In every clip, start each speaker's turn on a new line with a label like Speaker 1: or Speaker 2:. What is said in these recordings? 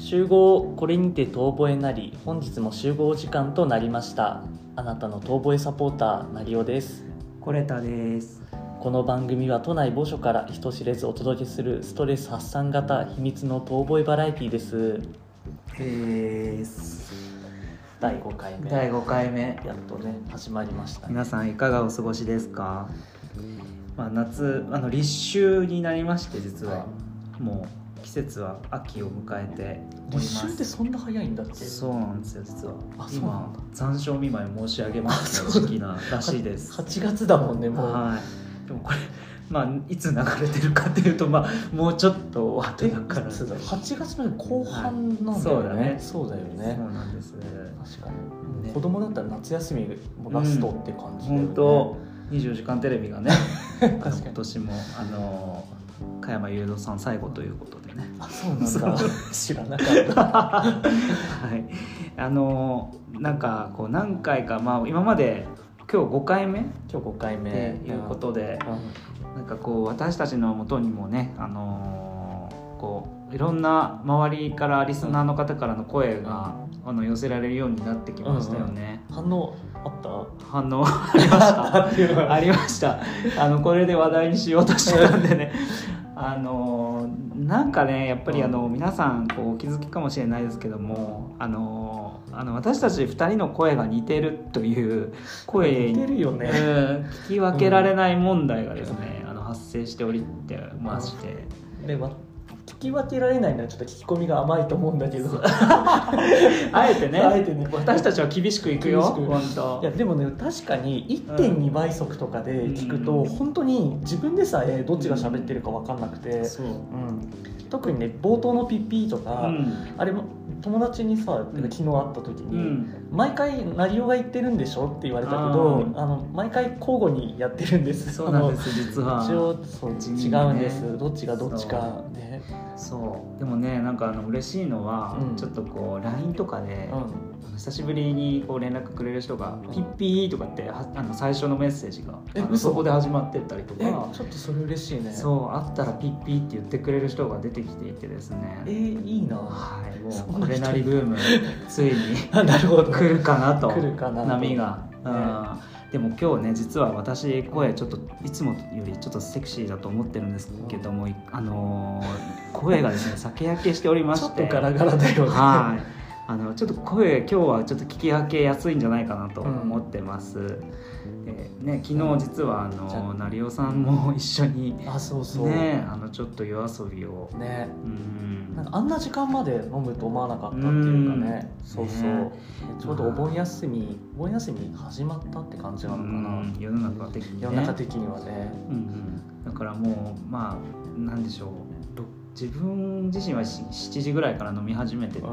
Speaker 1: 集合これにて遠吠えなり本日も集合時間となりましたあなたの遠吠えサポーターなりおです
Speaker 2: コレタです。
Speaker 1: この番組は都内某所から人知れずお届けするストレス発散型秘密の遠吠えバラエティです
Speaker 2: です。
Speaker 1: 第5回目
Speaker 2: 第5回目。
Speaker 1: やっとね始まりましたね
Speaker 2: 皆さんいかがお過ごしですか。まあ夏あの立秋になりまして実は、もう季節は秋を迎えておりま
Speaker 1: 立春って
Speaker 2: す。
Speaker 1: そんな早いんだっけ
Speaker 2: そうなんですよ実は
Speaker 1: あそうなん
Speaker 2: 今
Speaker 1: だ
Speaker 2: 残暑見舞い申し上げ ます
Speaker 1: あ
Speaker 2: の
Speaker 1: そう
Speaker 2: 時期ならしいです
Speaker 1: 8月だもんねもう、
Speaker 2: はいでもこれまあいつ流れてるかっていうとまあもうちょっと後
Speaker 1: え
Speaker 2: だから
Speaker 1: そうだ8月の後半なんだよね,、
Speaker 2: はい
Speaker 1: そうだよね
Speaker 2: そうなんです
Speaker 1: 確かに
Speaker 2: ね
Speaker 1: 子供だったら夏休みもラストって感じだよね、
Speaker 2: 本当24時間テレビがね
Speaker 1: 確かに
Speaker 2: 今年もあの加山雄三さん最後ということでね
Speaker 1: あそうなんだ
Speaker 2: そ
Speaker 1: 知らなかった
Speaker 2: はいあのなんかこう何回かまあ今まで今日5回目
Speaker 1: 今日5回目
Speaker 2: ということで
Speaker 1: うん
Speaker 2: なんかこう私たちのもとにもねあのこういろんな周りからリスナーの方からの声が、あの寄せられるようになってきましたよね、
Speaker 1: 反応あった
Speaker 2: 反応ありました
Speaker 1: っていう
Speaker 2: ありましたあのこれで話題にしようとしてたんで ねあのなんかねやっぱりあの皆さんこうお気づきかもしれないですけどもあのあの私たち2人の声が似てるという声
Speaker 1: 似てるよね
Speaker 2: うん聞き分けられない問題がですね、あの発生しておりってまして、
Speaker 1: でわ聞き分けられないのはちょっと聞き込みが甘いと思うんだけど
Speaker 2: あえてね
Speaker 1: あえてね
Speaker 2: 私たちは厳しくいくよ
Speaker 1: 厳しく
Speaker 2: 本
Speaker 1: いや
Speaker 2: 当
Speaker 1: でもね確かに1.2倍速とかで聞くと、
Speaker 2: うん
Speaker 1: 本当に自分でさえどっちが喋ってるか分かんなくて、
Speaker 2: そう、
Speaker 1: うん、特にね冒頭のピッピーと
Speaker 2: う
Speaker 1: か、
Speaker 2: ん
Speaker 1: あれも友達にさ、
Speaker 2: ん
Speaker 1: 昨日会った時
Speaker 2: う
Speaker 1: に、
Speaker 2: ん、
Speaker 1: 毎回「ナリオが言ってるんでしょ?」って言われたけど
Speaker 2: あ
Speaker 1: あの毎回交互にやってるんです
Speaker 2: そうなんです実
Speaker 1: あの
Speaker 2: は
Speaker 1: 一応そう違うんです、どっちがどっちかね
Speaker 2: そうでもねなんかあの嬉しいのは、
Speaker 1: うん
Speaker 2: ちょっとこう LINE とかで、
Speaker 1: う
Speaker 2: あ
Speaker 1: ん
Speaker 2: の久しぶりにこう連絡くれる人が
Speaker 1: う
Speaker 2: 「
Speaker 1: ん
Speaker 2: ピッピー」とかってはあの最初のメッセージが
Speaker 1: え
Speaker 2: あの
Speaker 1: 嘘
Speaker 2: そこで始まってったりと
Speaker 1: え
Speaker 2: か
Speaker 1: ちょっとそれ嬉しいね
Speaker 2: そうあったら「ピッピー」って言ってくれる人が出てきていてです
Speaker 1: え
Speaker 2: ね
Speaker 1: いいな
Speaker 2: はいも
Speaker 1: そん
Speaker 2: う
Speaker 1: な人
Speaker 2: これなりブームついに
Speaker 1: あ なるほど
Speaker 2: 来るかなと
Speaker 1: 来るかなと
Speaker 2: 波が。うんでも今日ね実は私声ちょっといつもよりちょっとセクシーだと思ってるんですけども、いあのー声 がですね酒焼けしておりま
Speaker 1: ちょ
Speaker 2: し
Speaker 1: ってとガラガラだよね
Speaker 2: はい。あのちょっと声今日はちょっと聞き分けやすいんじゃないかなと思ってます。えーね昨日実はあ
Speaker 1: じゃあ
Speaker 2: の成尾さんも一緒に
Speaker 1: あそうそう
Speaker 2: ねあのちょっと夜遊びを
Speaker 1: ね
Speaker 2: うん
Speaker 1: なんかあんな時間まで飲むと思わなかったっていうかね
Speaker 2: うん
Speaker 1: そうそう、
Speaker 2: ね
Speaker 1: ちょうどお盆休みお盆休み始まったって感じなのかな、
Speaker 2: うん世の中的にね。
Speaker 1: 世の中的にはね
Speaker 2: うんうんだからもうまあなんでしょうろ自分自身はし7時ぐらいから飲み始めてて、
Speaker 1: うん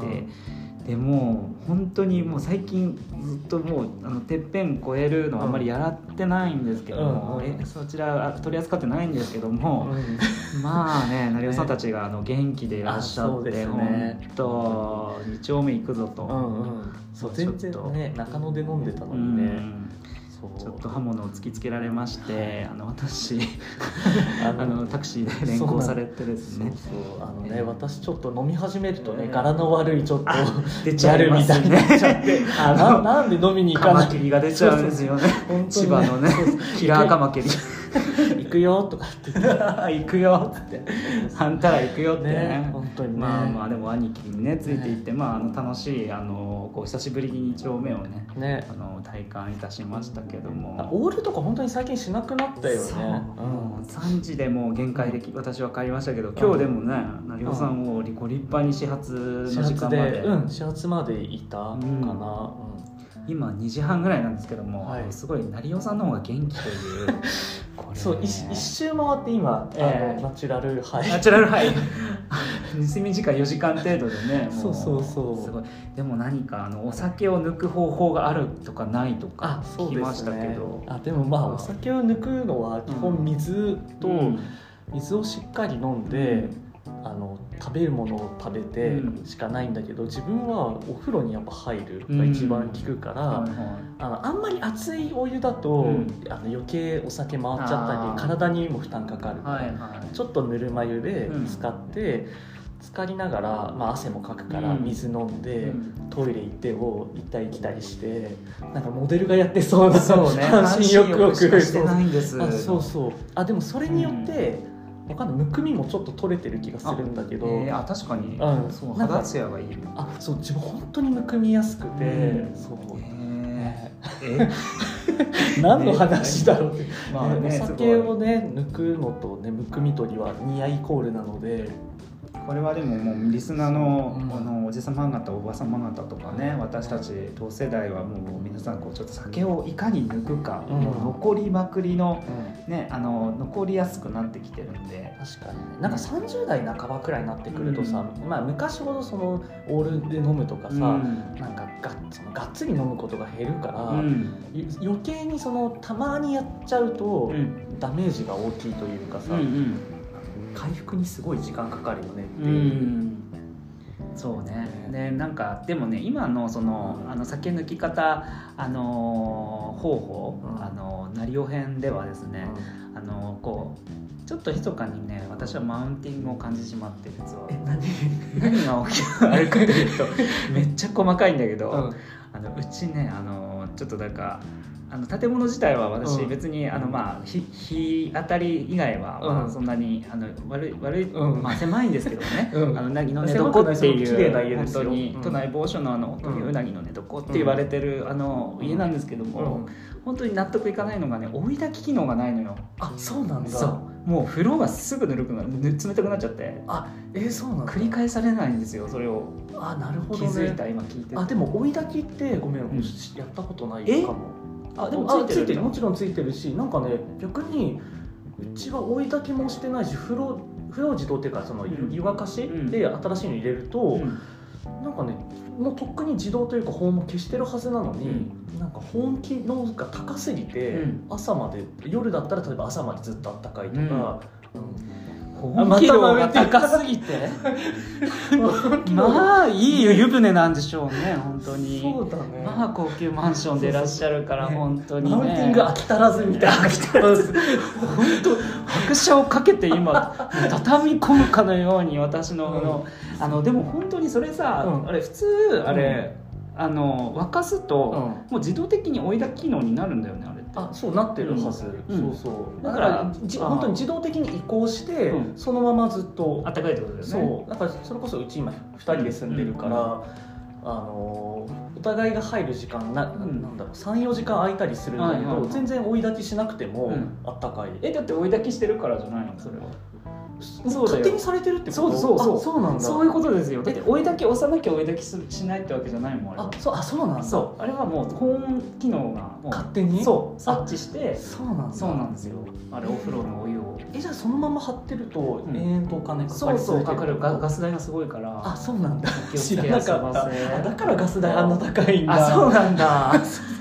Speaker 2: でもう本当にもう最近ずっともうあのてっぺん越えるのはあんまりやらってないんですけども、
Speaker 1: うんうん
Speaker 2: えそちらあ取り扱ってないんですけども、
Speaker 1: うん
Speaker 2: まあね成尾さんたちがあの元気でいらっしゃ
Speaker 1: あそ
Speaker 2: っ
Speaker 1: う
Speaker 2: て、
Speaker 1: ですね
Speaker 2: 本当2丁目行くぞと。
Speaker 1: うんうん、そう
Speaker 2: ちょっ
Speaker 1: 全
Speaker 2: と
Speaker 1: 然ね中野で飲んでたの
Speaker 2: う
Speaker 1: にね、
Speaker 2: ん
Speaker 1: そう
Speaker 2: ちょっと刃物を突きつけられまして、あの私
Speaker 1: あ
Speaker 2: あのタクシーで連行されてです
Speaker 1: そう
Speaker 2: ね
Speaker 1: そうあのね私ちょっと飲み始めるとね、
Speaker 2: ね
Speaker 1: 柄の悪いちょっと
Speaker 2: 出
Speaker 1: ギャルみたいになっちゃって、な
Speaker 2: あ
Speaker 1: なんで飲みに
Speaker 2: の
Speaker 1: 行か
Speaker 2: カ
Speaker 1: な
Speaker 2: マ
Speaker 1: い
Speaker 2: キリが出ちゃうんですよね
Speaker 1: 本当に
Speaker 2: 千葉のねキラーカマキリ
Speaker 1: 行くよとかって言って
Speaker 2: 行くよっつってあんたら行くよってね
Speaker 1: ね本当にね
Speaker 2: まあまあでも兄貴にねついていって、
Speaker 1: ね
Speaker 2: まああの楽しいあのこう久しぶりに2丁目をね
Speaker 1: ね
Speaker 2: あの体感いたしましたけども
Speaker 1: あオールとか本当に最近しなくなったよね
Speaker 2: そうう、もうん3時でもう限界でき私は帰りましたけど今日でもね成尾さんをご立派に始発の
Speaker 1: 始
Speaker 2: 時
Speaker 1: 発
Speaker 2: 間ま
Speaker 1: で
Speaker 2: で
Speaker 1: うん始発までいたかな、
Speaker 2: うん今2時半ぐらいなんですけども、
Speaker 1: はい
Speaker 2: すごい成尾さんの方が元気 というこ
Speaker 1: うん
Speaker 2: れ
Speaker 1: そう一一周回って今、あ
Speaker 2: ええ
Speaker 1: のナチュラルハイ
Speaker 2: ナチュラルハ イ盗み時間4時間程度でねも
Speaker 1: そうそうそう
Speaker 2: すごいでも何かあのお酒を抜く方法があるとかないとか聞きましたけど
Speaker 1: あでもまあ
Speaker 2: うん
Speaker 1: お酒を抜くのは基本水と、
Speaker 2: うん
Speaker 1: 水をしっかり飲んで、あの食べるものを食べて
Speaker 2: うん
Speaker 1: しかないんだけど、自分はお風呂にやっぱ入るが一番効くから、
Speaker 2: はいはい
Speaker 1: あのあんまり熱いお湯だと、
Speaker 2: うん
Speaker 1: あの余計お酒回っちゃった
Speaker 2: あー
Speaker 1: り体にも負担かかるから、
Speaker 2: はいはい
Speaker 1: ちょっとぬるま湯で
Speaker 2: うん
Speaker 1: 使って、浸かりながら、まあ、汗もかくから
Speaker 2: うん
Speaker 1: 水飲んで、
Speaker 2: うん
Speaker 1: トイレ行ってを行ったり来たりしてなんかモデルがやってそうな
Speaker 2: そうね
Speaker 1: 半身浴を
Speaker 2: し
Speaker 1: く
Speaker 2: かしてないんです
Speaker 1: あそうそうあでもそれによって、わかんないむくみもちょっと取れてる気がするんだけど、
Speaker 2: えーあ確かに、
Speaker 1: うん
Speaker 2: そう
Speaker 1: なんか
Speaker 2: 肌ツヤがいいもん
Speaker 1: あそう自分本当にむくみやすくて、
Speaker 2: うん
Speaker 1: そう、
Speaker 2: え
Speaker 1: ね
Speaker 2: ーえ
Speaker 1: 何の話だろうって、
Speaker 2: まあね
Speaker 1: ねお酒をね抜くのとねむくみ取りは似合いイコールなので
Speaker 2: これはでももうリスナー
Speaker 1: う
Speaker 2: の,、
Speaker 1: ん
Speaker 2: あのおじさま方おばさま方とかね私たち同世代はもう皆さんこうちょっと酒をいかに抜くか、
Speaker 1: うん
Speaker 2: もう残りまくりの,、ね、あの残りやすくなってきてるんで。
Speaker 1: 確かになんか30代半ばくらいになってくるとさ、まあ、昔ほどそのオールで飲むとかさ、
Speaker 2: うん
Speaker 1: なんかがそのがっつり飲むことが減るから、
Speaker 2: うん
Speaker 1: い余計にそのたまにやっちゃうと、
Speaker 2: うん
Speaker 1: ダメージが大きいというかさ、
Speaker 2: うん
Speaker 1: 回復にすごい時間かかるよねって
Speaker 2: う
Speaker 1: いう、
Speaker 2: んそうねでなんかでもね今のそのあの酒抜き方、あのー方法、
Speaker 1: うん
Speaker 2: あのー、ナリオ編ではですね、あのーこうちょっと密かにね私はマウンティングを感じてしまって実は
Speaker 1: え 何
Speaker 2: 何が起きあるかというとめっちゃ細かいんだけ ど、
Speaker 1: うん
Speaker 2: あのうちねあのちょっとなんかあの建物自体は私
Speaker 1: うん
Speaker 2: 別に、あのまあ日日当たり以外は、
Speaker 1: うん
Speaker 2: まあ、そんなにあの悪い悪い、
Speaker 1: うん
Speaker 2: まあ狭いんですけどね、
Speaker 1: うん
Speaker 2: あのうなぎの寝
Speaker 1: 狭くない
Speaker 2: 床って
Speaker 1: すごい綺麗な
Speaker 2: いう
Speaker 1: 家で
Speaker 2: 本
Speaker 1: すよ
Speaker 2: 当に
Speaker 1: うん
Speaker 2: 都内某所のあの本当に
Speaker 1: うん
Speaker 2: うなぎの寝床って言われてる、あの家なんですけども、本当に納得いかないのがね追い炊き機能がないのよ。
Speaker 1: あそうなんだ
Speaker 2: そうもう風呂がすぐぬるくなるぬ冷たくなっちゃって
Speaker 1: あえーそうなんだ
Speaker 2: 繰り返されないんですよそれを
Speaker 1: あなるほど、
Speaker 2: 気
Speaker 1: ね、
Speaker 2: づいた今聞いてて
Speaker 1: あでも追い炊きってごめん、
Speaker 2: うん
Speaker 1: やったことない
Speaker 2: え
Speaker 1: かも
Speaker 2: あ
Speaker 1: あついてるもちろんついてるしなんかね逆にうちは追い炊きもしてないし風呂風呂自動っていうかその
Speaker 2: うん
Speaker 1: 湯沸かし
Speaker 2: うん
Speaker 1: で新しいの入れると、
Speaker 2: うん
Speaker 1: なんかねもうとっくに自動というか保温も消してるはずなのに、なんか保温機能が高すぎて、
Speaker 2: うん
Speaker 1: 朝まで夜だったら例えば朝までずっとあったかいとか、
Speaker 2: 本気度が高す
Speaker 1: すぎて
Speaker 2: まあいい湯船なんでしょうね本当
Speaker 1: そ
Speaker 2: に
Speaker 1: うだね、
Speaker 2: まあ高級マンションでいらっしゃるから
Speaker 1: そうそう
Speaker 2: 本当にね
Speaker 1: マウンティング飽き足らずみたいな飽き足らず
Speaker 2: 本当拍車をかけて 今畳み込むかのように私の
Speaker 1: うん
Speaker 2: あの,、あのでも本当にそれさ、
Speaker 1: うん
Speaker 2: あれ普通あれ、あの沸かすと、もう自動的に追いだき機能になるんだよねあれって
Speaker 1: あそうなってるはず、
Speaker 2: うん
Speaker 1: そうそう
Speaker 2: だ
Speaker 1: だ
Speaker 2: か
Speaker 1: かららじ
Speaker 2: あー
Speaker 1: 本当に自動的に移行して、
Speaker 2: うん
Speaker 1: そのままずっと
Speaker 2: あったかいってことだよね
Speaker 1: そうだからそれこそうち今2人で住んでるから、
Speaker 2: うん
Speaker 1: あのーお互いが入る時間な,、
Speaker 2: うん
Speaker 1: なんだろう34時間空いたりするんだけど、
Speaker 2: はいはいはい
Speaker 1: 全然追い立ちしなくても、
Speaker 2: うん
Speaker 1: あったかい
Speaker 2: えだって追いだきしてるからじゃないのそれはそうだよ
Speaker 1: 勝手にされてるってこと
Speaker 2: そうそうそう
Speaker 1: あそうなんだ
Speaker 2: そういうことですよだって追いだき押さなきゃ追いだきすしないってわけじゃないもんあれ
Speaker 1: あ
Speaker 2: は
Speaker 1: そうあそうなんだ
Speaker 2: そうあれはもう保温機能がも
Speaker 1: 勝手に
Speaker 2: そう察知して
Speaker 1: そうなんだ
Speaker 2: そうなんですよあれお風呂のお湯を
Speaker 1: えじゃあそのまま張ってると、
Speaker 2: ん
Speaker 1: 永遠とお金かかり続け
Speaker 2: そう
Speaker 1: る
Speaker 2: そうかかるガガス代がすごいから
Speaker 1: あそうなんだ
Speaker 2: 気をつ
Speaker 1: 知
Speaker 2: け
Speaker 1: らなかった
Speaker 2: 遊ばせ
Speaker 1: あだからガス代あんな高いんだ
Speaker 2: あそうなんだ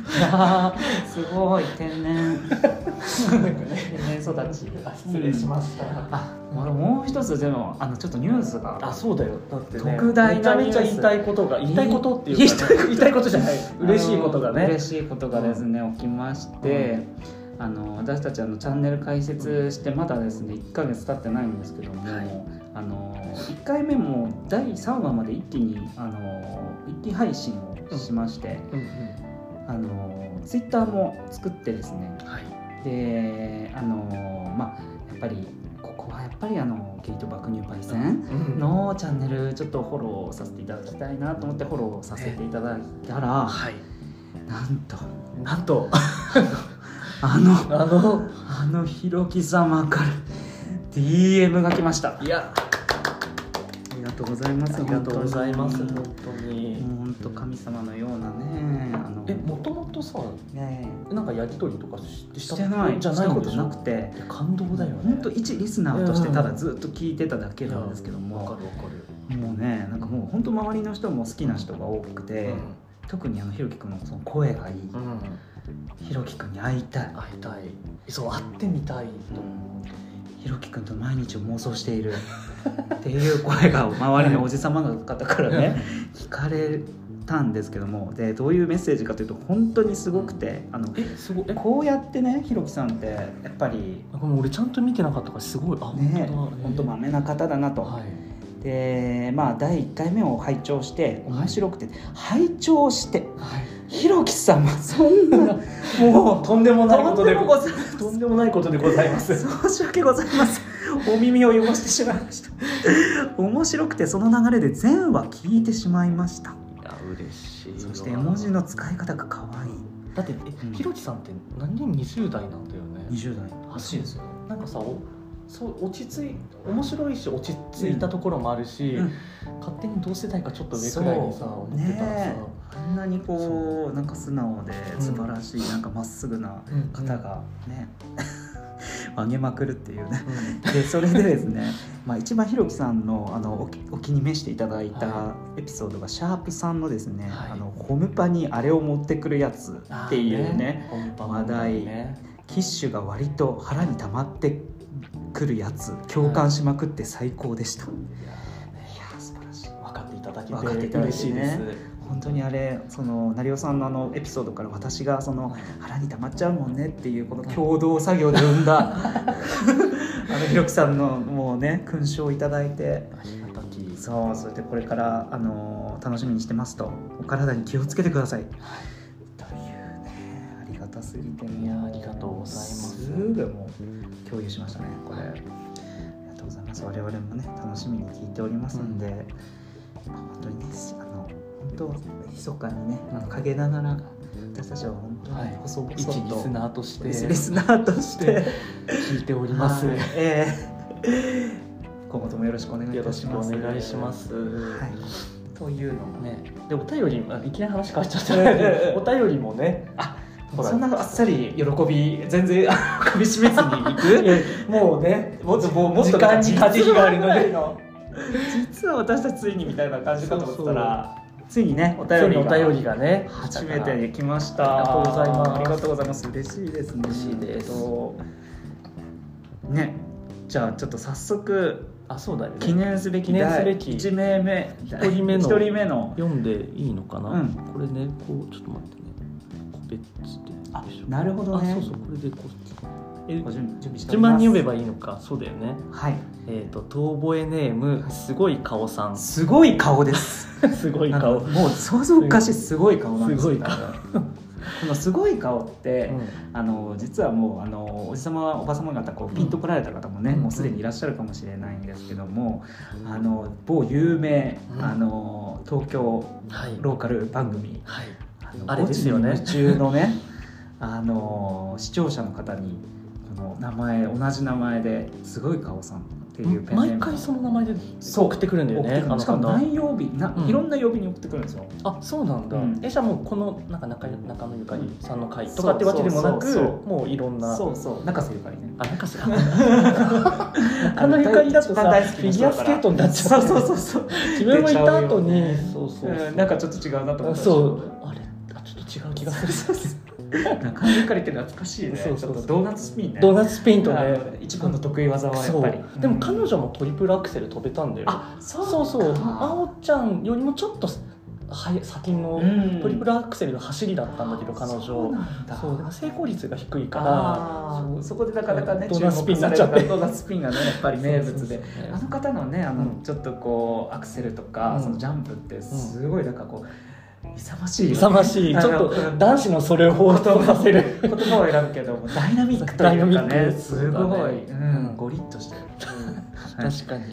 Speaker 2: いやーすごい天然天然育ち
Speaker 1: あ失礼しました、
Speaker 2: あ俺もう一つでもあのちょっとニュースが
Speaker 1: あそうだよだってね
Speaker 2: 特大
Speaker 1: めち
Speaker 2: な
Speaker 1: ゃ
Speaker 2: ニュ
Speaker 1: め
Speaker 2: ース
Speaker 1: ちゃ言いたいことが言いたいことっていうか、言いたいことじゃ ない嬉しいことが
Speaker 2: あの
Speaker 1: ね
Speaker 2: 嬉しいことがですね、起きまして、あの私たちあのチャンネル開設してまだですね1ヶ月経ってないんですけども、
Speaker 1: はい
Speaker 2: あの1回目も第3話まで一気にあの一気配信をしまして、
Speaker 1: うん
Speaker 2: あのツイッターも作ってですね
Speaker 1: うんはい
Speaker 2: であのまあやっぱりここはやっぱりあのゲート爆乳パイセン
Speaker 1: うん
Speaker 2: のチャンネルちょっとフォローさせていただきたいなと思ってフォローさせていただいたら
Speaker 1: はい
Speaker 2: なんと
Speaker 1: なんと
Speaker 2: あの
Speaker 1: あの
Speaker 2: あのひろき様から DM が来ましたあ
Speaker 1: いや
Speaker 2: りがとうございます
Speaker 1: ありがとうございます
Speaker 2: 本当
Speaker 1: 本
Speaker 2: に
Speaker 1: 当に
Speaker 2: もう本当神様のようなねあの
Speaker 1: えもともとさ
Speaker 2: ね
Speaker 1: なんかやりとりとかしした
Speaker 2: してない
Speaker 1: じゃ
Speaker 2: し
Speaker 1: な
Speaker 2: た
Speaker 1: いん
Speaker 2: こ
Speaker 1: で
Speaker 2: と
Speaker 1: し
Speaker 2: な
Speaker 1: ょ
Speaker 2: くて
Speaker 1: いや感動だよね
Speaker 2: 本当一リスナーとしてただずっと聞いてただけなんですけど
Speaker 1: わ
Speaker 2: も
Speaker 1: かるわかる
Speaker 2: もうねなんかもう本当周りの人も好きな人が多くて、特にあのひろきくんのその声がいい、
Speaker 1: うん、うん、
Speaker 2: ひろきくんに会いたい
Speaker 1: 会いたいそう会ってみたいと思う
Speaker 2: ひろきくんと毎日を妄想しているっていう声が周りのおじ様の方からね聞かれたんですけどもでどういうメッセージかというと本当にすごくてあの
Speaker 1: えすごいえ
Speaker 2: こうやってねひろきさんってやっぱり
Speaker 1: あごめん俺ちゃんと見てなかったからすごいあ、
Speaker 2: ね
Speaker 1: 本当だ
Speaker 2: 本当まめな方だなと、
Speaker 1: はい、
Speaker 2: でまあ第1回目を拝聴して
Speaker 1: はい
Speaker 2: 面白くて、拝聴して
Speaker 1: はい
Speaker 2: ひろき様そ んなもう
Speaker 1: とんでもないことで
Speaker 2: とんでもございません
Speaker 1: とんでもないことでございます
Speaker 2: 申し訳ございませんお耳を汚してしまいました 面白くてその流れで全話聞いてしまいました
Speaker 1: いや嬉しいわ
Speaker 2: そして絵文字の使い方が可愛い
Speaker 1: だってえ、
Speaker 2: ん
Speaker 1: ひろきさんって何年20代なんだよね
Speaker 2: 20代
Speaker 1: らしいですよねなんかさおそう落ち着い面白いし落ち着いたところもあるし、
Speaker 2: うん
Speaker 1: 勝手に同世代かちょっと上くらいにさ思ってたらさ、
Speaker 2: ねえあんなにこうなんか素直で素晴らしい、なんかまっすぐな
Speaker 1: うん
Speaker 2: 方、がね、上げまくるっていう ね
Speaker 1: うん
Speaker 2: でそれでですね、まあ、一番ひろきさんのあのお気お気に召していただいた
Speaker 1: は
Speaker 2: エピソードがシャープさんのですね、
Speaker 1: はい
Speaker 2: あのホムパにあれを持ってくるやつっていうね
Speaker 1: あーね
Speaker 2: 話題キッシュが割と腹に溜まってくるやつ共感しまくって最高でした、いやー素晴らしい
Speaker 1: 分かっていただけ
Speaker 2: 分かってい
Speaker 1: て
Speaker 2: ただい
Speaker 1: 嬉
Speaker 2: て
Speaker 1: し
Speaker 2: ね
Speaker 1: いです。
Speaker 2: 本当にあれその成尾さんのあのエピソードから私がその腹に溜まっちゃうもんねっていうこの共同作業で生 んだあのひろきさんのもうね勲章をいただいて
Speaker 1: ありがたき
Speaker 2: そうそれでこれからあの楽しみにしてますとお体に気をつけてください、というねありがたすぎても
Speaker 1: いやありがとうございます
Speaker 2: すぐもう共有しましたねこれありがとうございます我々もね楽しみに聞いておりますんで、本当にねあの本当密かにねあの陰ながら私たちは本当
Speaker 1: は
Speaker 2: に
Speaker 1: い
Speaker 2: 細々と、
Speaker 1: 一リスナーとして
Speaker 2: リスリスナーとして
Speaker 1: 聞いております。
Speaker 2: はいええ今後ともよろしくお願いい
Speaker 1: よ
Speaker 2: た
Speaker 1: ろ
Speaker 2: し
Speaker 1: しくお
Speaker 2: ます。
Speaker 1: 願いします。
Speaker 2: はい。というのもね。
Speaker 1: ね、でお便りあいきなり話変わっちゃ ったけどお便りもねほら
Speaker 2: そんなあっさり喜び全然かみしめずにい くもうねもっともうもっと
Speaker 1: 時間に限りがあるので
Speaker 2: 実は私たちついにみたいな感じかと思ったらついにねお
Speaker 1: お便
Speaker 2: 便
Speaker 1: り
Speaker 2: り
Speaker 1: お便
Speaker 2: が
Speaker 1: りがね
Speaker 2: 初めて来まし
Speaker 1: あ
Speaker 2: た
Speaker 1: りがとうございます
Speaker 2: ありがとうございます嬉しいですね
Speaker 1: 嬉しいです
Speaker 2: とねじゃあちょっと早速
Speaker 1: あそうだよね
Speaker 2: 記念すべき
Speaker 1: 記念すべき
Speaker 2: 1名目
Speaker 1: 一人目の
Speaker 2: 一人目の
Speaker 1: 読んでいいのかな、
Speaker 2: うん
Speaker 1: これねこうちょっと待ってねコペッツって
Speaker 2: あ
Speaker 1: よいしょ
Speaker 2: なるほどね
Speaker 1: あそうそうこれでこうえ
Speaker 2: ご準準備してお
Speaker 1: 順
Speaker 2: りま
Speaker 1: 番
Speaker 2: す
Speaker 1: に読めばいいのかそうだよね
Speaker 2: はい
Speaker 1: えっ、と遠吠えネームすごい顔さんす
Speaker 2: すごい顔です
Speaker 1: ごい
Speaker 2: なんか
Speaker 1: 顔
Speaker 2: もう想像おかしいすごい顔なんです
Speaker 1: すごい顔
Speaker 2: このすごい顔って、
Speaker 1: うん
Speaker 2: あの実はもうあのおじさまおばさま方こうピンとこられた方もね、
Speaker 1: うん
Speaker 2: もうすでにいらっしゃるかもしれないんですけども、あの某有名、
Speaker 1: うん
Speaker 2: あの東京
Speaker 1: はい
Speaker 2: ローカル番組
Speaker 1: はい
Speaker 2: の
Speaker 1: あれですよね
Speaker 2: ゴチに夢中のね あの視聴者の方にこの名前同じ名前ですごい顔さんっていうペンネー
Speaker 1: 毎
Speaker 2: ム
Speaker 1: 回その名前で
Speaker 2: そう
Speaker 1: 送ってくるんだよ
Speaker 2: 送っ
Speaker 1: ね
Speaker 2: てくるしかも何曜日な、
Speaker 1: うん
Speaker 2: いろんな曜日に送ってくるんですよ。
Speaker 1: あそうなんだ、
Speaker 2: うん
Speaker 1: えじゃあもうこのなんか中中野ゆかりさんの回
Speaker 2: うん
Speaker 1: とかってわけでもなく
Speaker 2: そうそうそうそう
Speaker 1: もういろんな
Speaker 2: そうそう中瀬ゆかりね
Speaker 1: あなんか さ中野ゆかりだとさ
Speaker 2: あの大好
Speaker 1: フ
Speaker 2: きな
Speaker 1: ィ
Speaker 2: 人
Speaker 1: ギュ
Speaker 2: だ
Speaker 1: ア
Speaker 2: か
Speaker 1: ス
Speaker 2: ら
Speaker 1: ケートになっちゃう
Speaker 2: そうそうそう
Speaker 1: 自分も行った後に、
Speaker 2: 出ちゃうよね
Speaker 1: そうそう
Speaker 2: そう、
Speaker 1: そう
Speaker 2: うんなんかちょっと違うなと思った
Speaker 1: そうあれあちょっと違う気がする
Speaker 2: 中野ゆかりって懐かしいね
Speaker 1: そうそうそう
Speaker 2: ちょっとドーナツスピンね
Speaker 1: ドーナツスピンと
Speaker 2: あ
Speaker 1: ね
Speaker 2: の一番の得意技はや
Speaker 1: そ
Speaker 2: っぱり
Speaker 1: うでも彼女もトリプルアクセル飛べたんだよ
Speaker 2: あそう
Speaker 1: そうそうあ
Speaker 2: あ
Speaker 1: おちゃんよりもちょっとはや先の
Speaker 2: うん
Speaker 1: トリプルアクセルの走りだったんだけど彼女
Speaker 2: そうなんだ
Speaker 1: そうでも成功率が低いから
Speaker 2: あーそこでなかなかね
Speaker 1: ドーナツスピンになっちゃって
Speaker 2: 注目されるドーナツスピンがねやっぱり名物で
Speaker 1: そうそうそう
Speaker 2: あの方のねあの、
Speaker 1: うん
Speaker 2: ちょっとこうアクセルとか、
Speaker 1: うん
Speaker 2: そのジャンプってすごいなんかこう勇ましいよね
Speaker 1: 勇ましい
Speaker 2: あ
Speaker 1: ち
Speaker 2: の
Speaker 1: ょっ
Speaker 2: うん
Speaker 1: と男子のそれを放蕩させ る
Speaker 2: 言葉を選ぶけどもダイナミックというか
Speaker 1: ダイナミ
Speaker 2: ね
Speaker 1: ック
Speaker 2: すごい、
Speaker 1: そううだねうん
Speaker 2: ん、ゴリッとしてる、はい
Speaker 1: 確かに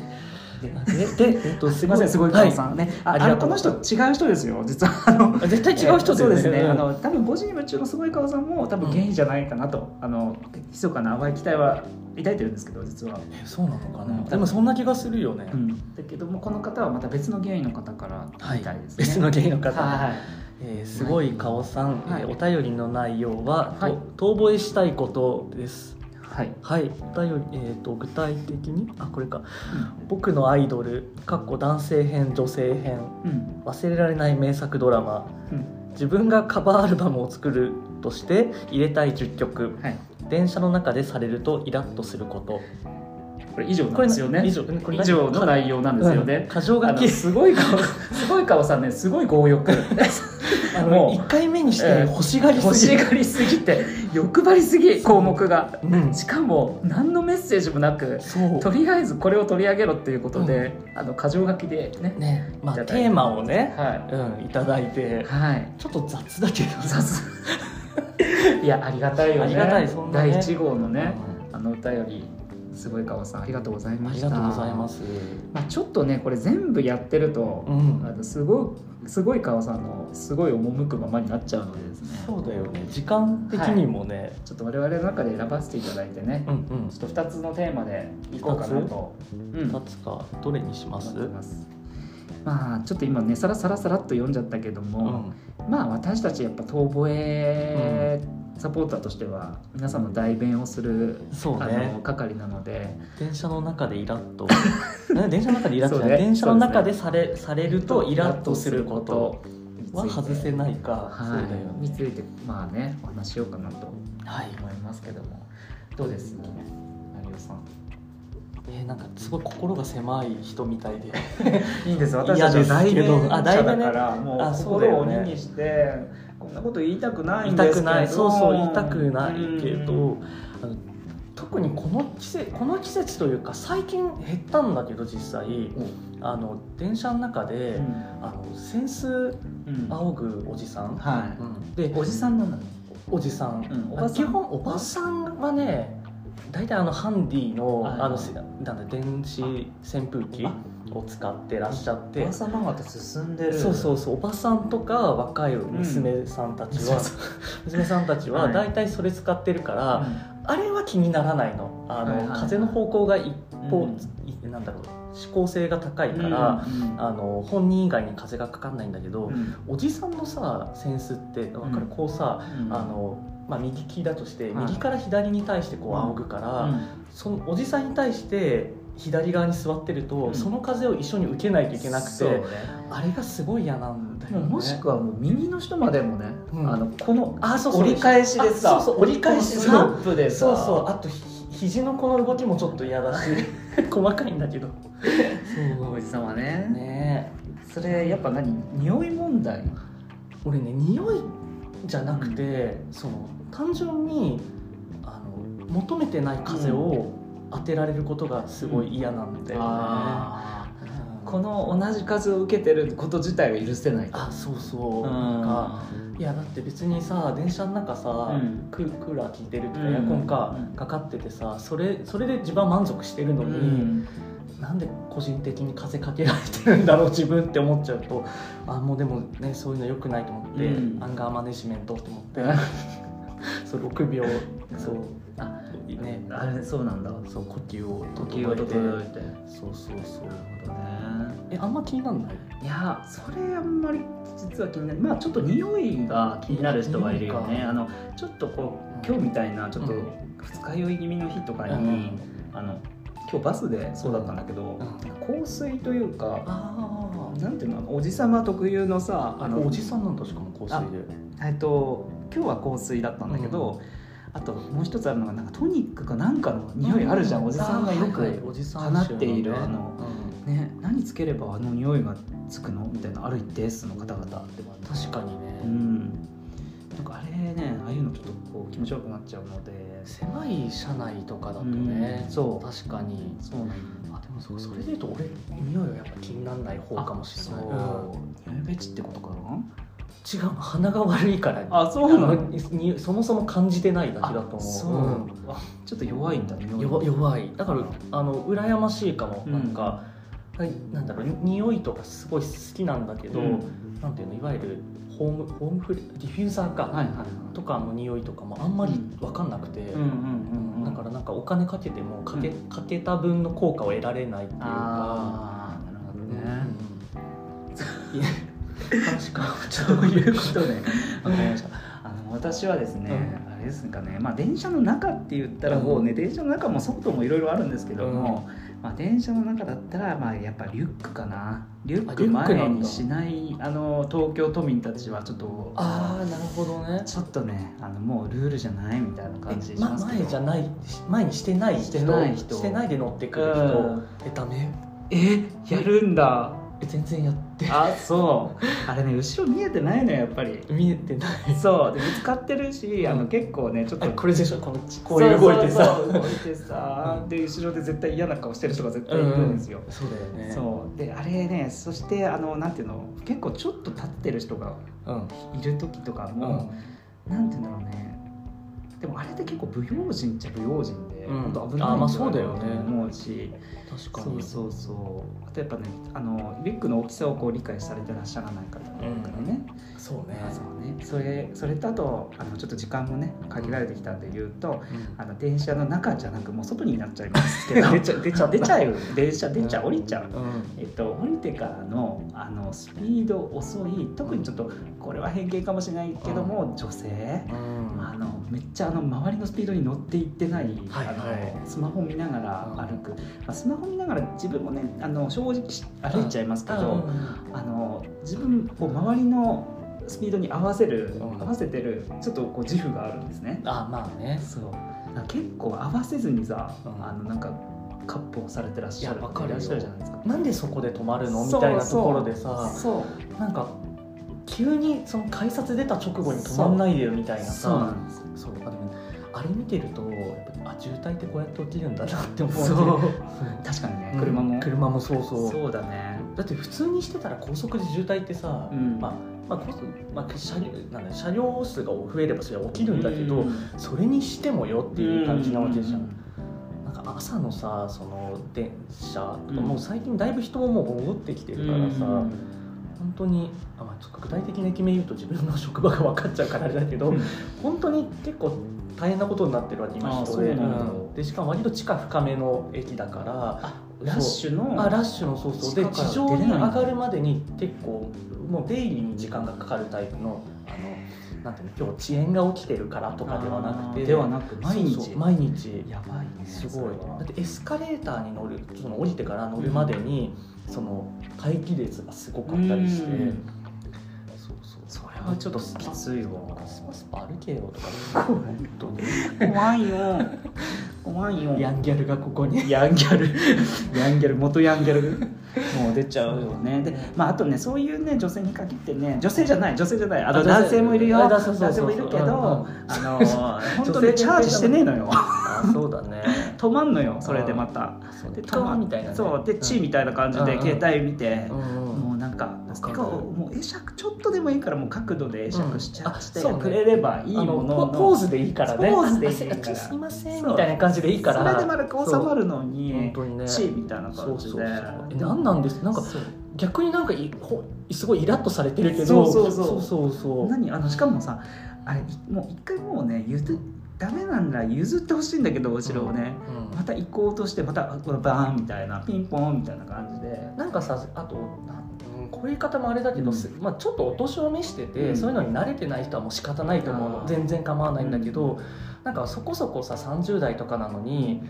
Speaker 1: ででえっと
Speaker 2: すいませんすごいカオさ
Speaker 1: は
Speaker 2: んね、あ
Speaker 1: あり
Speaker 2: あ
Speaker 1: がと
Speaker 2: のこ
Speaker 1: う
Speaker 2: の人違う人ですよ実はあの
Speaker 1: い絶対違う人だ
Speaker 2: そ
Speaker 1: よ
Speaker 2: う
Speaker 1: ね
Speaker 2: ですね、
Speaker 1: ん
Speaker 2: あの多分5時に夢中のすごい顔さんも多分ゲイじゃないかなと、あの密かな淡い期待は抱いてるんですけど実は、
Speaker 1: えそうなのか
Speaker 2: う
Speaker 1: な
Speaker 2: ん
Speaker 1: でもそんな気がするよね
Speaker 2: だけどもこの方はまた別のゲイの方からみたいですね、
Speaker 1: 別の芸の方
Speaker 2: はい
Speaker 1: えーすごい顔さん、
Speaker 2: はい
Speaker 1: えーお便りの内容は、
Speaker 2: はい
Speaker 1: と遠吠えしたいことです
Speaker 2: はい、
Speaker 1: はいお便り、えー、と具体的にあこれか僕のアイドルかっこ男性編女性編
Speaker 2: うんうん
Speaker 1: 忘れられない名作ドラマ
Speaker 2: うん
Speaker 1: 自分がカバーアルバムを作るとして入れたい10曲
Speaker 2: はい
Speaker 1: 電車の中でされるとイラッとすること
Speaker 2: これ以上なんですよね
Speaker 1: 以上これ
Speaker 2: 以上の内容なんですよね、
Speaker 1: 過剰
Speaker 2: あ
Speaker 1: 書
Speaker 2: の
Speaker 1: き
Speaker 2: すごい顔すごい顔さんねすごい 強欲
Speaker 1: あ
Speaker 2: も
Speaker 1: の
Speaker 2: う
Speaker 1: 1回目にして
Speaker 2: ええ
Speaker 1: 欲しがり
Speaker 2: 欲
Speaker 1: す
Speaker 2: し
Speaker 1: ぎる、
Speaker 2: がりすぎて欲張りすぎ項目が
Speaker 1: うん、
Speaker 2: しかも何のメッセージもなく
Speaker 1: そう
Speaker 2: とりあえずこれを取り上げろっていうことで、あの箇条書きでね
Speaker 1: ねまあ
Speaker 2: いただいて
Speaker 1: テーマをね、
Speaker 2: は
Speaker 1: うん、いただい
Speaker 2: い
Speaker 1: て
Speaker 2: はい
Speaker 1: ちょっと雑だけど
Speaker 2: 雑いやありがたいよね
Speaker 1: ありがたいそんなね
Speaker 2: 第1号のね、
Speaker 1: う
Speaker 2: あのお便りすごい川さんありがとうござい
Speaker 1: ん
Speaker 2: ま
Speaker 1: あり
Speaker 2: した
Speaker 1: がとうございます
Speaker 2: まあ、ちょっとねこれ全部やってると、
Speaker 1: うん
Speaker 2: あのすごいすごい川さんのすごい赴くままになっちゃうのでですね
Speaker 1: そうだよね時間的にもね、
Speaker 2: ちょっと我々の中で選ばせていただいてね、
Speaker 1: うんうん
Speaker 2: ちょっと2つのテーマでいこうかなと、うん
Speaker 1: 立つかどれにします
Speaker 2: 思ってますまあちょっと今ねさらさらさらっと読んじゃったけど
Speaker 1: う
Speaker 2: も、
Speaker 1: ん
Speaker 2: まあ私たちやっぱ遠吠えサポーターとしては皆さんの代弁をする、
Speaker 1: そう
Speaker 2: あ
Speaker 1: ね
Speaker 2: の係なので
Speaker 1: 電車の中でイラッ とえ電車の中でイラッとじゃな
Speaker 2: そう
Speaker 1: い
Speaker 2: ね
Speaker 1: 電車の中でされされるとイラッとすること
Speaker 2: について
Speaker 1: は外せないか、
Speaker 2: はい
Speaker 1: そうだよ
Speaker 2: に
Speaker 1: ね
Speaker 2: ついてまあねお話ししようかなと
Speaker 1: はい
Speaker 2: 思いますけどもどうです有吉さん
Speaker 1: えーなんかすごい心が狭い人みたいで
Speaker 2: いいんです
Speaker 1: 私たちは代弁者だから
Speaker 2: も
Speaker 1: う心を鬼に
Speaker 2: してこんなこと言いたくな
Speaker 1: 言いたくないそうそう言いたくないけどあの特にこの季節この季節というか最近減ったんだけど実際あの電車の中で、あのセンス仰ぐおじさん、
Speaker 2: は
Speaker 1: うんで
Speaker 2: いおじさんなの
Speaker 1: おじさん、
Speaker 2: うんおばさん
Speaker 1: 基本おばさんはね大体あのハンディの,、
Speaker 2: はい
Speaker 1: あのせなんだ電子扇風機を使ってらっしゃって
Speaker 2: 朝晩方進んでる
Speaker 1: そうそううそうおばさんとか若い娘さんたちは、
Speaker 2: うんそ
Speaker 1: 娘さんたちは
Speaker 2: はい
Speaker 1: 大体それ使ってるから、あれは気にならないのあの、
Speaker 2: はいはい
Speaker 1: 風の方向が一方、
Speaker 2: うん
Speaker 1: いなんだろう指向性が高いから、あの本人以外に風がかかんないんだけど、おじさんのさセンスってわかる、
Speaker 2: うん
Speaker 1: こうさ、あのまあ、右利きだとして右から左に対してこう
Speaker 2: はい
Speaker 1: 仰ぐから、そのおじさんに対して左側に座ってると、
Speaker 2: うん
Speaker 1: その風を一緒に受けないといけなくて、
Speaker 2: て
Speaker 1: あれがすごい嫌なんだよね。
Speaker 2: もしくはもう右の人までもね
Speaker 1: うん
Speaker 2: あのこの
Speaker 1: あそうそう
Speaker 2: 折り返しでさ
Speaker 1: あそうそう折り返し
Speaker 2: スナップでさ
Speaker 1: そうそうあとひ肘のこの動きもちょっと嫌だし細かいんだけどそ
Speaker 2: おじさんはね
Speaker 1: うねえ
Speaker 2: それやっぱ何匂い問題
Speaker 1: 俺ね匂いじゃなくて、その単純にあの求めてない風を当てられることがすごい嫌なんだよね、うん
Speaker 2: この同じ数を受けてること自体が許せない
Speaker 1: あそうそう、
Speaker 2: うん
Speaker 1: なんかいやだって別にさ電車の中さ、
Speaker 2: うん
Speaker 1: ククーラー効いてるとか
Speaker 2: うん
Speaker 1: エアコンか
Speaker 2: うん
Speaker 1: かかっててさそれそれで自分は満足してるの
Speaker 2: う
Speaker 1: に、
Speaker 2: ん
Speaker 1: なんで個人的に風かけられてるんだろう自分って思っちゃうとあもうでもねそういうの良くないと思って、
Speaker 2: うん
Speaker 1: アンガーマネジメントって思ってそう6秒そう
Speaker 2: あ
Speaker 1: ね
Speaker 2: あれそうなんだ
Speaker 1: そう呼吸を
Speaker 2: 呼
Speaker 1: 整えて
Speaker 2: 吸を整えて
Speaker 1: そうそうそう
Speaker 2: なるほどね
Speaker 1: えあんま気になんない
Speaker 2: いやそれあんまり実は気になるまあちょっと匂いが気になる人はいるよ
Speaker 1: 匂い
Speaker 2: ね
Speaker 1: か
Speaker 2: あのちょっとこ
Speaker 1: うん
Speaker 2: う今日みたいなちょっと
Speaker 1: うん
Speaker 2: 二日酔い気味の日とかに、
Speaker 1: うん
Speaker 2: あの今日バスでそうだったんだけど、香水というか
Speaker 1: あ
Speaker 2: なんていうのあのおじさま特有のさ
Speaker 1: あ
Speaker 2: あ
Speaker 1: あの
Speaker 2: の
Speaker 1: おじさんなんだしかも香水で
Speaker 2: えっと今日は香水だったんだけど、あともう一つあるのがなんかトニックかなんかの匂いあるじゃん、おじさんがよく、
Speaker 1: あはいはいおじさん
Speaker 2: 放っている
Speaker 1: 臭なんだよ
Speaker 2: あね、何つければあの匂いがつくのみたいなある一定数の方々って
Speaker 1: うん確かにね、
Speaker 2: うんなんかあれねああいうのちょっとこう気持ち悪くなっちゃうので
Speaker 1: 狭い車内とかだとね、
Speaker 2: うんそう
Speaker 1: 確かに
Speaker 2: そうなん
Speaker 1: あでもそうそれでいうと俺匂いはやっぱ気にならない方かもしれない、
Speaker 2: そう匂いべちってことかな
Speaker 1: 違う鼻が悪いから
Speaker 2: あそ
Speaker 1: あのにそもそも感じてないだけだと思う
Speaker 2: そうなんだ、あちょっと弱いんだ
Speaker 1: う
Speaker 2: 匂
Speaker 1: ん
Speaker 2: い
Speaker 1: 弱弱いだからあの羨ましいかも、
Speaker 2: うん
Speaker 1: なんかはいなんだろうに匂いとかすごい好きなんだけど、
Speaker 2: うん
Speaker 1: なんていうのいわゆるホームホームフレディフューザーか、
Speaker 2: はいはいはい
Speaker 1: とかの匂いとかもあんまり分かんなくて、
Speaker 2: うんうんうん
Speaker 1: だからなんかお金かけてもかけ,、かけた分の効果を得られないっていうか、
Speaker 2: ああなるほど
Speaker 1: う
Speaker 2: ね、
Speaker 1: んいや確か
Speaker 2: どういうことね
Speaker 1: わかりました
Speaker 2: あの私はですね、あれれですかね、まあ、電車の中って言ったら
Speaker 1: うん
Speaker 2: もうね、電車の中も外もいろいろあるんですけども、まあ、電車の中だったらまあやっぱリュックかなリュッ
Speaker 1: あリ
Speaker 2: ク
Speaker 1: ュックな
Speaker 2: 前
Speaker 1: んだ
Speaker 2: にしないあの東京都民たちはちょっと
Speaker 1: ああなるほどね
Speaker 2: ちょっとねあのもうルールじゃないみたいな感じ
Speaker 1: え
Speaker 2: し
Speaker 1: ま
Speaker 2: ますけど、
Speaker 1: 前じゃない前にしてない人
Speaker 2: してない人
Speaker 1: してないで乗ってくる
Speaker 2: う
Speaker 1: 人
Speaker 2: ん
Speaker 1: えダメ
Speaker 2: えやるんだ
Speaker 1: え全然やって
Speaker 2: あそうあれね後ろ見えてないのよやっぱり
Speaker 1: 見えてない
Speaker 2: そうでぶつかってるし あの結構ねちょっ
Speaker 1: あ
Speaker 2: と
Speaker 1: これでしょこの こういう動いてさ
Speaker 2: そうそうそう動いてさで後ろで絶対嫌な顔してる人が絶対いるんですよ、
Speaker 1: そうだよね
Speaker 2: そうであれねそしてあのなんていうの結構ちょっと立ってる人が
Speaker 1: うん
Speaker 2: いる時とかも、なんていうんだろうねでもあれって結構不用心っちゃ不用心で、
Speaker 1: うん
Speaker 2: 本当危ない
Speaker 1: あまあ
Speaker 2: んじゃ
Speaker 1: そう
Speaker 2: ない
Speaker 1: だ
Speaker 2: か
Speaker 1: よ
Speaker 2: な
Speaker 1: ね
Speaker 2: と思うし
Speaker 1: 確か
Speaker 2: そ
Speaker 1: に
Speaker 2: うそうそうあとやっぱねあのリュックの大きさをこう理解されてらっしゃらない方とかね、
Speaker 1: そうね
Speaker 2: そうねそれそれとあとあのちょっと時間もね限られてきたんで言うと、あの電車の中じゃなくもう外になっちゃいます けど出ちゃ出ちゃ出ちゃう電車出ちゃう降りちゃう。
Speaker 1: うん
Speaker 2: えっと、降りてからのあのスピード遅い特にちょっとこれは偏見かもしれないけども、女性
Speaker 1: うん
Speaker 2: あのめっちゃあの周りのスピードに乗っていってない、
Speaker 1: はいはい
Speaker 2: あのスマホ見ながら歩く、まあ、スマホ見ながら自分もねあの正直し歩いちゃいますけど、あの自分こう周りのスピードに合わせる、
Speaker 1: うん
Speaker 2: 合わせてるちょっとこう自負があるんですね。
Speaker 1: あまあね
Speaker 2: そうなんか結構合わせずにさ、
Speaker 1: うん
Speaker 2: あのなんかカップをされてらっしゃる
Speaker 1: いやわか
Speaker 2: 方
Speaker 1: る
Speaker 2: い
Speaker 1: よ
Speaker 2: らっしゃるじゃないですか。
Speaker 1: なんでそこで止まるのみ
Speaker 2: そう
Speaker 1: たいなところでさ
Speaker 2: そう
Speaker 1: なんか急にその改札出た直後に止まんないでよみたいな
Speaker 2: そうな
Speaker 1: さ
Speaker 2: んです
Speaker 1: そうあでもあれ見てるとやっぱあ渋滞ってこうやって落ちるんだなって思う
Speaker 2: そう
Speaker 1: ね
Speaker 2: 確かにね
Speaker 1: うん
Speaker 2: 車も、
Speaker 1: 車もそうそう
Speaker 2: そうだね
Speaker 1: だって普通にしてたら高速で渋滞ってさ、
Speaker 2: うん
Speaker 1: まあまあ高速まあ、車両なんだ車両数が増えればそれは起きるんだけど、
Speaker 2: うん
Speaker 1: それにしてもよっていう感じなわけじゃん、
Speaker 2: う
Speaker 1: なんか朝のさその電車とか、
Speaker 2: うん
Speaker 1: もう最近だいぶ人ももう戻ってきて
Speaker 2: う
Speaker 1: る
Speaker 2: ん
Speaker 1: からさ、
Speaker 2: うん
Speaker 1: 本当にあ、まあ、ちょっと具体的な決め言うと自分の職場が分かっちゃうからあれだけど、
Speaker 2: うん
Speaker 1: 本当に結構大変なことになってるわけ今
Speaker 2: あ
Speaker 1: 人
Speaker 2: そう
Speaker 1: で
Speaker 2: なんだ
Speaker 1: うんでしかも割と地下深めの駅だから
Speaker 2: ラッシュの
Speaker 1: あラッシュのそうそうで
Speaker 2: 地下から
Speaker 1: 地上
Speaker 2: 出
Speaker 1: に
Speaker 2: れない
Speaker 1: 上がるまでに結構もう出入りに時間がかかるタイプのあのなんていうの今日遅延が起きてるからとかではなくて
Speaker 2: あーではなく毎日
Speaker 1: そうそう毎日
Speaker 2: やばいね
Speaker 1: す
Speaker 2: それ
Speaker 1: ごい
Speaker 2: は
Speaker 1: だってエスカレーターに乗るその降りてから乗るまでに、その待機列がすごかったりして、
Speaker 2: うん
Speaker 1: そうそう
Speaker 2: それはちょっときついわ
Speaker 1: スパスパ歩けよとか
Speaker 2: 怖い
Speaker 1: 本当に
Speaker 2: 怖い よ怖いよ
Speaker 1: ヤンギャルがここに
Speaker 2: ヤンギャル、ヤンギャル、元ヤンギャル、もう出ちゃうよね。で、まあ、あとね、そういうね、女性に限ってね、女性じゃない、女性じゃない、あ
Speaker 1: あ
Speaker 2: の
Speaker 1: 女性
Speaker 2: 男性もいるよ、
Speaker 1: あ
Speaker 2: 男
Speaker 1: 男性そうそう
Speaker 2: 性もいるけ
Speaker 1: うんうん
Speaker 2: ど、あの、 本当
Speaker 1: 女性
Speaker 2: ね、チャージしてねえのよ。
Speaker 1: あそうだね
Speaker 2: 止まんのよ、それでまた。
Speaker 1: そう
Speaker 2: で、
Speaker 1: ね
Speaker 2: 止まん
Speaker 1: みたいなね
Speaker 2: そう、で、チーみたいな感じ
Speaker 1: う
Speaker 2: で、
Speaker 1: んうん
Speaker 2: 携帯見て、
Speaker 1: うんうん
Speaker 2: もうなんか、
Speaker 1: かる
Speaker 2: こうもう会釈、ちょっとでもいいから、もう角度で会釈しち
Speaker 1: うん
Speaker 2: ゃ
Speaker 1: あ
Speaker 2: して
Speaker 1: そうね
Speaker 2: くれればいい
Speaker 1: あ
Speaker 2: も
Speaker 1: の
Speaker 2: のの。
Speaker 1: ポポーズでいいからね
Speaker 2: ポーズでいいから
Speaker 1: あちょすいません
Speaker 2: そう
Speaker 1: みたいな感じでいいから
Speaker 2: それで丸く収まるのに、
Speaker 1: 本当にね
Speaker 2: チーみたいな
Speaker 1: そ
Speaker 2: 感
Speaker 1: う
Speaker 2: じ
Speaker 1: そう
Speaker 2: で。
Speaker 1: そうえ何なんですなんか
Speaker 2: そう
Speaker 1: 逆になんかいほすごいイラッとされてるけど
Speaker 2: そうそうそ
Speaker 1: そ
Speaker 2: う
Speaker 1: うそうそう
Speaker 2: 何あのしかもさあれいもう一回もうね譲っダメなんだ譲ってほしいんだけど後ろをね、
Speaker 1: うん
Speaker 2: また行こうとしてまたあこれバーンみたいなピンポンみたいな感じで
Speaker 1: なんかさあとなんうんこういう言い方もあれだけど、
Speaker 2: うん
Speaker 1: すまあ、ちょっとお年を召してて、
Speaker 2: うん
Speaker 1: そういうのに慣れてない人はもう仕方ないと思う
Speaker 2: あ
Speaker 1: の
Speaker 2: ー
Speaker 1: 全然構わないんだけど、なんかそこそこさ30代とかなのに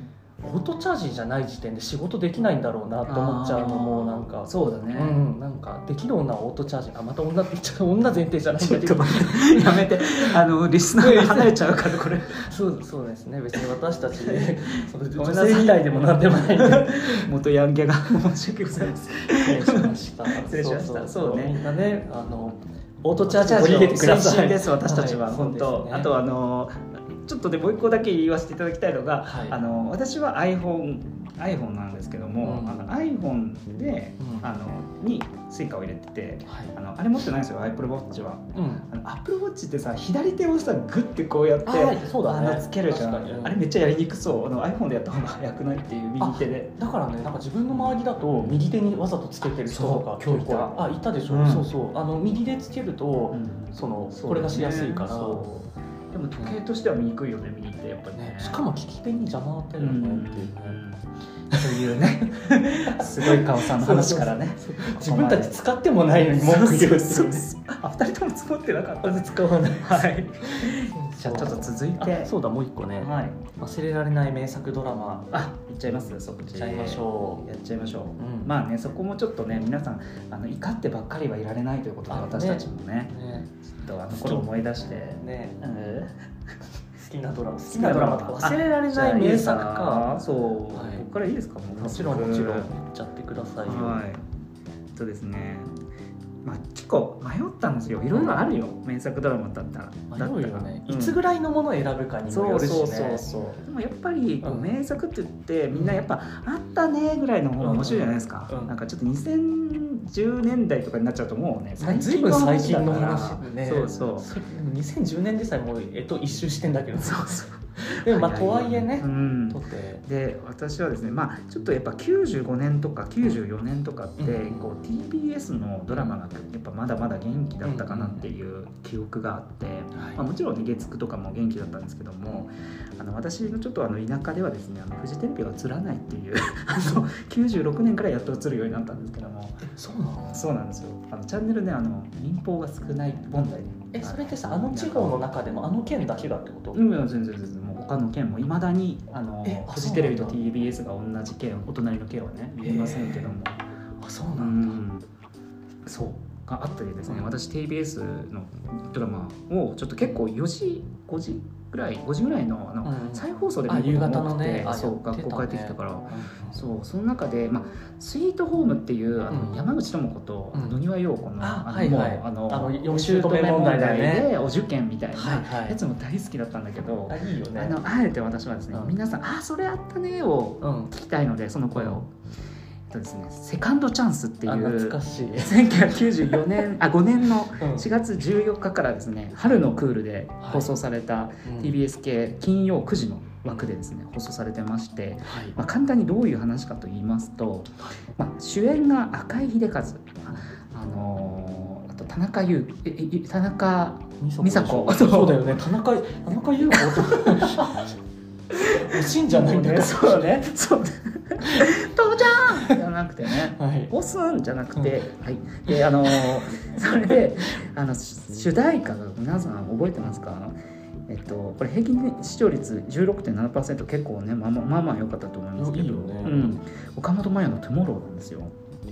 Speaker 1: オートチャージじゃない時点で仕事できないんだろうなと思っちゃうのもなんか
Speaker 2: そうだね、
Speaker 1: うん、なんかできる女はオートチャージあまた女って言っちゃう女前提じゃないん
Speaker 2: ち
Speaker 1: だ
Speaker 2: ょっ
Speaker 1: け
Speaker 2: と
Speaker 1: ど
Speaker 2: 待って やめてあのリスナーが離れちゃうからこれ
Speaker 1: そうそうですね別に私 たちその
Speaker 2: ごめん
Speaker 1: 女
Speaker 2: なさい
Speaker 1: 性以外でもなんでもないんで
Speaker 2: 元ヤンギャが申し訳ございません
Speaker 1: 失礼しました
Speaker 2: 失礼しましたそうね
Speaker 1: みんなねあのオートチャージ取り入れてくだ
Speaker 2: 推
Speaker 1: さ
Speaker 2: 進
Speaker 1: い
Speaker 2: です私たちは、
Speaker 1: いそ
Speaker 2: 本
Speaker 1: う
Speaker 2: 当、
Speaker 1: ですね
Speaker 2: あとあのちょっとでもう一個だけ言わせていただきたいのが、
Speaker 1: はい
Speaker 2: あの私は iPhone iPhone なんですけども、
Speaker 1: うん
Speaker 2: あの iPhone で、
Speaker 1: うん
Speaker 2: あのに Suica を入れてて
Speaker 1: はい
Speaker 2: あのあれ持ってないんですよ AppleWatch は。
Speaker 1: うん
Speaker 2: あの AppleWatch ってさ左手をさグッてこうやって
Speaker 1: あーそうだね
Speaker 2: あのつけるじゃ
Speaker 1: 確かにうん
Speaker 2: んあれめっちゃやりにくそうあの iPhone でやった方が早くないっていう右手で
Speaker 1: だからねなんか自分の周りだと右手にわざとつけてる人とか
Speaker 2: そう今日いた
Speaker 1: 結構あいたでしょ、
Speaker 2: うん
Speaker 1: そうそうあの右でつけると、
Speaker 2: うん
Speaker 1: その
Speaker 2: そう
Speaker 1: これがしやすいから
Speaker 2: そうでも時計としては見にくいよね右手ってやっぱりね
Speaker 1: ね、しかも聞き手に邪魔ってるよねっていうね、
Speaker 2: というねすごい顔さんの話からね
Speaker 1: 自分たち使ってもないのに文句言うってい
Speaker 2: そう
Speaker 1: ね
Speaker 2: うそうそうあ二人とも作ってなかった
Speaker 1: まず使わない
Speaker 2: はいじゃあちょっと続いて
Speaker 1: あそうだもう一個ね、
Speaker 2: はい
Speaker 1: 忘れられない名作ドラマ
Speaker 2: あいっちゃいますそこ
Speaker 1: いっちゃいましょ
Speaker 2: やっちゃいましょう、
Speaker 1: うん
Speaker 2: まあねそこもちょっとね皆さんあの怒ってばっかりはいられないということで
Speaker 1: あ
Speaker 2: 私たちもね
Speaker 1: うね
Speaker 2: ちょっとあの頃思い出して、
Speaker 1: ね
Speaker 2: うん
Speaker 1: 好きなドラマ好きなドラマとか忘れられない名作か
Speaker 2: そう、
Speaker 1: はい
Speaker 2: ここからいいですかもう
Speaker 1: もちろんもちろん言っ
Speaker 2: は
Speaker 1: ちゃってくださいよ、
Speaker 2: いそうですねまあ結構迷ったんですよいろいろあるよ名作ドラマだったら
Speaker 1: 迷うよね、いつ
Speaker 2: ぐ
Speaker 1: ぐらいのものを選ぶかにもよるしね
Speaker 2: そうそうそう
Speaker 1: そ
Speaker 2: でもやっぱりこう
Speaker 1: うん
Speaker 2: 名作って言ってみんなやっぱあったねぐらいの方が面白いじゃないですか、
Speaker 1: うん
Speaker 2: なんかちょっと2010年代とかになっちゃうともうね
Speaker 1: うずいぶん最近の
Speaker 2: だ
Speaker 1: 話
Speaker 2: から
Speaker 1: ね
Speaker 2: そうそう
Speaker 1: それでも2010年でさえもうえっと一周してんだけど
Speaker 2: そうそう
Speaker 1: でもまあとはいえね
Speaker 2: う、ん
Speaker 1: とって
Speaker 2: で私はですねまあちょっとやっぱ95年とか94年とかって、
Speaker 1: うん
Speaker 2: こう TBS のドラマがやっぱまだまだ元気だったかなっていう記憶があって、まあ、もちろんね月9とかも元気だったんですけどもあの私のちょっとあの田舎ではですねあのフジテレビが映らないっていう あの96年からやっと映るようになったんですけども
Speaker 1: そうなの
Speaker 2: そうなんですよあのチャンネルねあの民放が少ない問題
Speaker 1: えそれってさあの地方の中でもあの県だけだってこと、
Speaker 2: うん、いや全然全然もう他の県もいまだにあの
Speaker 1: えあ
Speaker 2: フジテレビ
Speaker 1: そ
Speaker 2: と
Speaker 1: うなんだ
Speaker 2: TBS が同じ県お隣の県はね見えませんけども、
Speaker 1: あそう
Speaker 2: う
Speaker 1: なんだ、
Speaker 2: ん、そうがあったりですね、
Speaker 1: うん
Speaker 2: 私 TBS のドラマをちょっと結構4時5時ぐらい5時ぐらいのあの、
Speaker 1: うん
Speaker 2: 再放送で
Speaker 1: あ
Speaker 2: 見ることが
Speaker 1: 夕方の
Speaker 2: 多くて、
Speaker 1: ねあ
Speaker 2: そう
Speaker 1: やって
Speaker 2: 学
Speaker 1: たね
Speaker 2: 校帰ってきたから。
Speaker 1: そ
Speaker 2: そうその中で、まあ、スイートホームっていうあの、
Speaker 1: うん
Speaker 2: 山口智子と
Speaker 1: うん
Speaker 2: 野庭陽子の,、
Speaker 1: あ
Speaker 2: の
Speaker 1: はいはい
Speaker 2: もうあの
Speaker 1: あの
Speaker 2: お
Speaker 1: 四姑問題だよね
Speaker 2: でお受験みたいな
Speaker 1: はいはい
Speaker 2: やつも大好きだったんだけど、
Speaker 1: うあいいよね
Speaker 2: あのあえて私はですね、
Speaker 1: うん
Speaker 2: 皆さん「あそれあったね」を
Speaker 1: うん
Speaker 2: 聞きたいのでその声を、えっとですね「セカンドチャンス」っていう
Speaker 1: あ懐かしい、
Speaker 2: 1994年あ5年の
Speaker 1: うん
Speaker 2: 4月14日からですね春のクールで放送された TBS 系金曜9時の枠でですね放送されてまして、
Speaker 1: はい
Speaker 2: まあ、簡単にどういう話かと言いますと、まあ、主演が赤井秀和あのーあと田中優えええ田中
Speaker 1: 美佐子
Speaker 2: 美佐子
Speaker 1: そうだよね田中田中 優子と信じゃないんだけど
Speaker 2: そうね そう父ちゃんじゃなくてね
Speaker 1: はい
Speaker 2: ボスンじゃなくて、はいであのー それであのし主題歌が皆さん覚えてますかえっと、これ平均視聴率16.7%結構ねまあまあまあまあ良かったと思いますけど
Speaker 1: いいよね
Speaker 2: うん、岡本真夜の「トゥモローなんですよ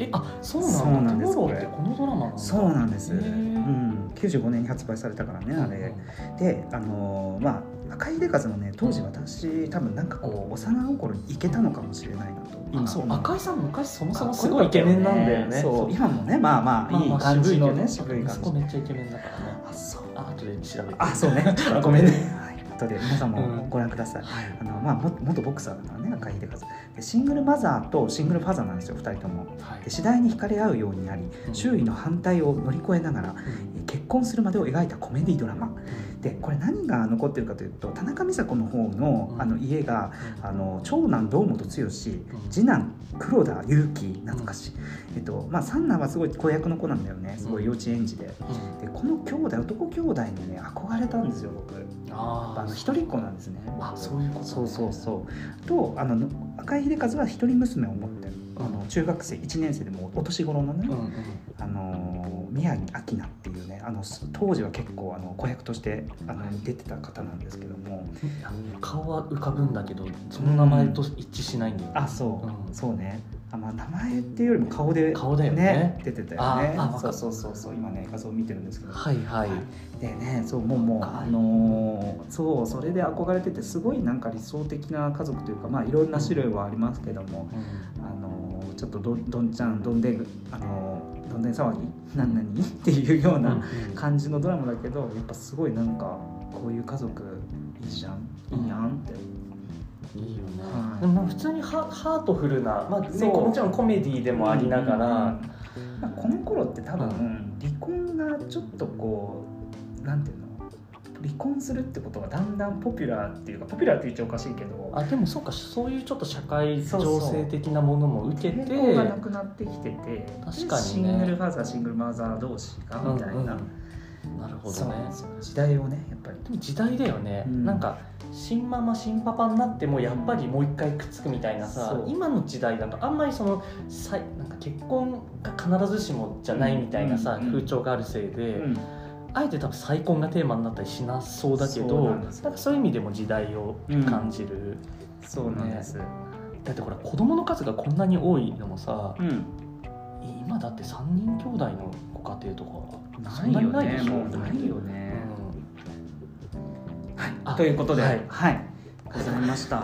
Speaker 1: えあそうなんだ
Speaker 2: そうなんです
Speaker 1: トゥモロー
Speaker 2: こ
Speaker 1: っ
Speaker 2: れ
Speaker 1: てこのドラマなんだ
Speaker 2: そうなんです、う
Speaker 1: へー
Speaker 2: ん、95年に発売されたからねあれ、であのーまあ赤井秀和もね当時私多分なんかこう幼い頃に行けたのかもしれないなと
Speaker 1: あそう
Speaker 2: 思う
Speaker 1: 赤井さん昔そもそもすごいイケメンなんだよね
Speaker 2: そう今もねまあまあいい感じのね渋い
Speaker 1: 息
Speaker 2: 感
Speaker 1: 子
Speaker 2: じ
Speaker 1: めっちゃイケメンだからね
Speaker 2: あそう
Speaker 1: あ後で調べて
Speaker 2: あそうね
Speaker 1: あごめんね
Speaker 2: はい後で皆さんも
Speaker 1: うん
Speaker 2: ご覧ください、
Speaker 1: はい
Speaker 2: あのまあ、も元ボクサーだからね赤井秀和でシングルマザーとシングルファザーなんですよ2人とも
Speaker 1: はい
Speaker 2: で次第に惹かれ合うようになり
Speaker 1: うん
Speaker 2: 周囲の反対を乗り越えながら
Speaker 1: うん
Speaker 2: え結婚するまでを描いたコメディドラマでこれ何が残ってるかというと田中美佐子の方の
Speaker 1: うん
Speaker 2: あの家があの長男堂本剛次
Speaker 1: ん
Speaker 2: 男黒田裕樹懐かしい、えっとまあ、三男はすごい子役の子なんだよねすごい幼稚園児ででこの兄弟男兄弟にね憧れたんですよ僕
Speaker 1: あー
Speaker 2: あの一人っ子なんですね僕
Speaker 1: あそういうこと
Speaker 2: そうそうそうとあの赤井秀和は一人娘を持ってるあの中学生1年生でもうお年頃のね、
Speaker 1: うんうん
Speaker 2: あのー宮城明菜っていうねあのす当時は結構あの子役としてあの出てた方なんですけども
Speaker 1: 顔は浮かぶんだけどその名前と一致しないんだよね
Speaker 2: あそう、
Speaker 1: うん
Speaker 2: そうねあ、まあ、名前っていうよりも顔で
Speaker 1: 顔だよね
Speaker 2: 出てたよ
Speaker 1: あ
Speaker 2: ね
Speaker 1: あわか
Speaker 2: そう
Speaker 1: る
Speaker 2: そうそうそう今ね画像見てるんですけど
Speaker 1: はいはい
Speaker 2: でねそうもうもう
Speaker 1: かわ
Speaker 2: あ
Speaker 1: いい
Speaker 2: のーそうそれで憧れててすごいなんか理想的な家族というかまあいろんな種類はありますけども、
Speaker 1: うん
Speaker 2: あのーちょっとどんどんちゃんどんでんぐあのーどんでん騒ぎ なんなにっていうような
Speaker 1: うん
Speaker 2: 感じのドラマだけどやっぱすごいなんかこういう家族いいじゃんいいやんって、
Speaker 1: いいよね、
Speaker 2: はい
Speaker 1: でもまあ普通にハハートフルな、まあね、
Speaker 2: そう
Speaker 1: もちろんコメディでもありながら、
Speaker 2: うんまあ、この頃って多分、
Speaker 1: う
Speaker 2: 離婚がちょっとこうなんていうの離婚するってことがだんだんポピュラーっていうかポピュラーって言っちゃおかしいけど
Speaker 1: あでもそうかそういうちょっと社会
Speaker 2: そう
Speaker 1: 情
Speaker 2: そう
Speaker 1: 勢的なものも受けて
Speaker 2: 抵抗がなくなってきてて
Speaker 1: 確かにね
Speaker 2: シングルファザーシングルマザー同士がみたいな、
Speaker 1: うんうんなるほどね
Speaker 2: そう時代をねやっぱり
Speaker 1: でも時代だよね、
Speaker 2: うん
Speaker 1: なんか新ママ新パパになってもやっぱりもう一回くっつくみたいなさ、
Speaker 2: そう
Speaker 1: 今の時代だとあんまりそのさいなんか結婚が必ずしもじゃないみたいなさ、
Speaker 2: うんうん
Speaker 1: 風潮があるせいで、
Speaker 2: うん
Speaker 1: あえて多分再婚がテーマになったりしなそうだけど
Speaker 2: そう
Speaker 1: な
Speaker 2: なんん
Speaker 1: か
Speaker 2: ですよ
Speaker 1: そういう意味でも時代を感じる、
Speaker 2: そうなんです、
Speaker 1: だってほら子供の数がこんなに多いのもさ、
Speaker 2: うん
Speaker 1: 今だって3人兄弟のご家庭とか
Speaker 2: な
Speaker 1: そ
Speaker 2: い
Speaker 1: ん
Speaker 2: よ
Speaker 1: なにないで
Speaker 2: ね
Speaker 1: しょ
Speaker 2: もうないよね、
Speaker 1: あ
Speaker 2: ということで
Speaker 1: は
Speaker 2: はいい、ござい ました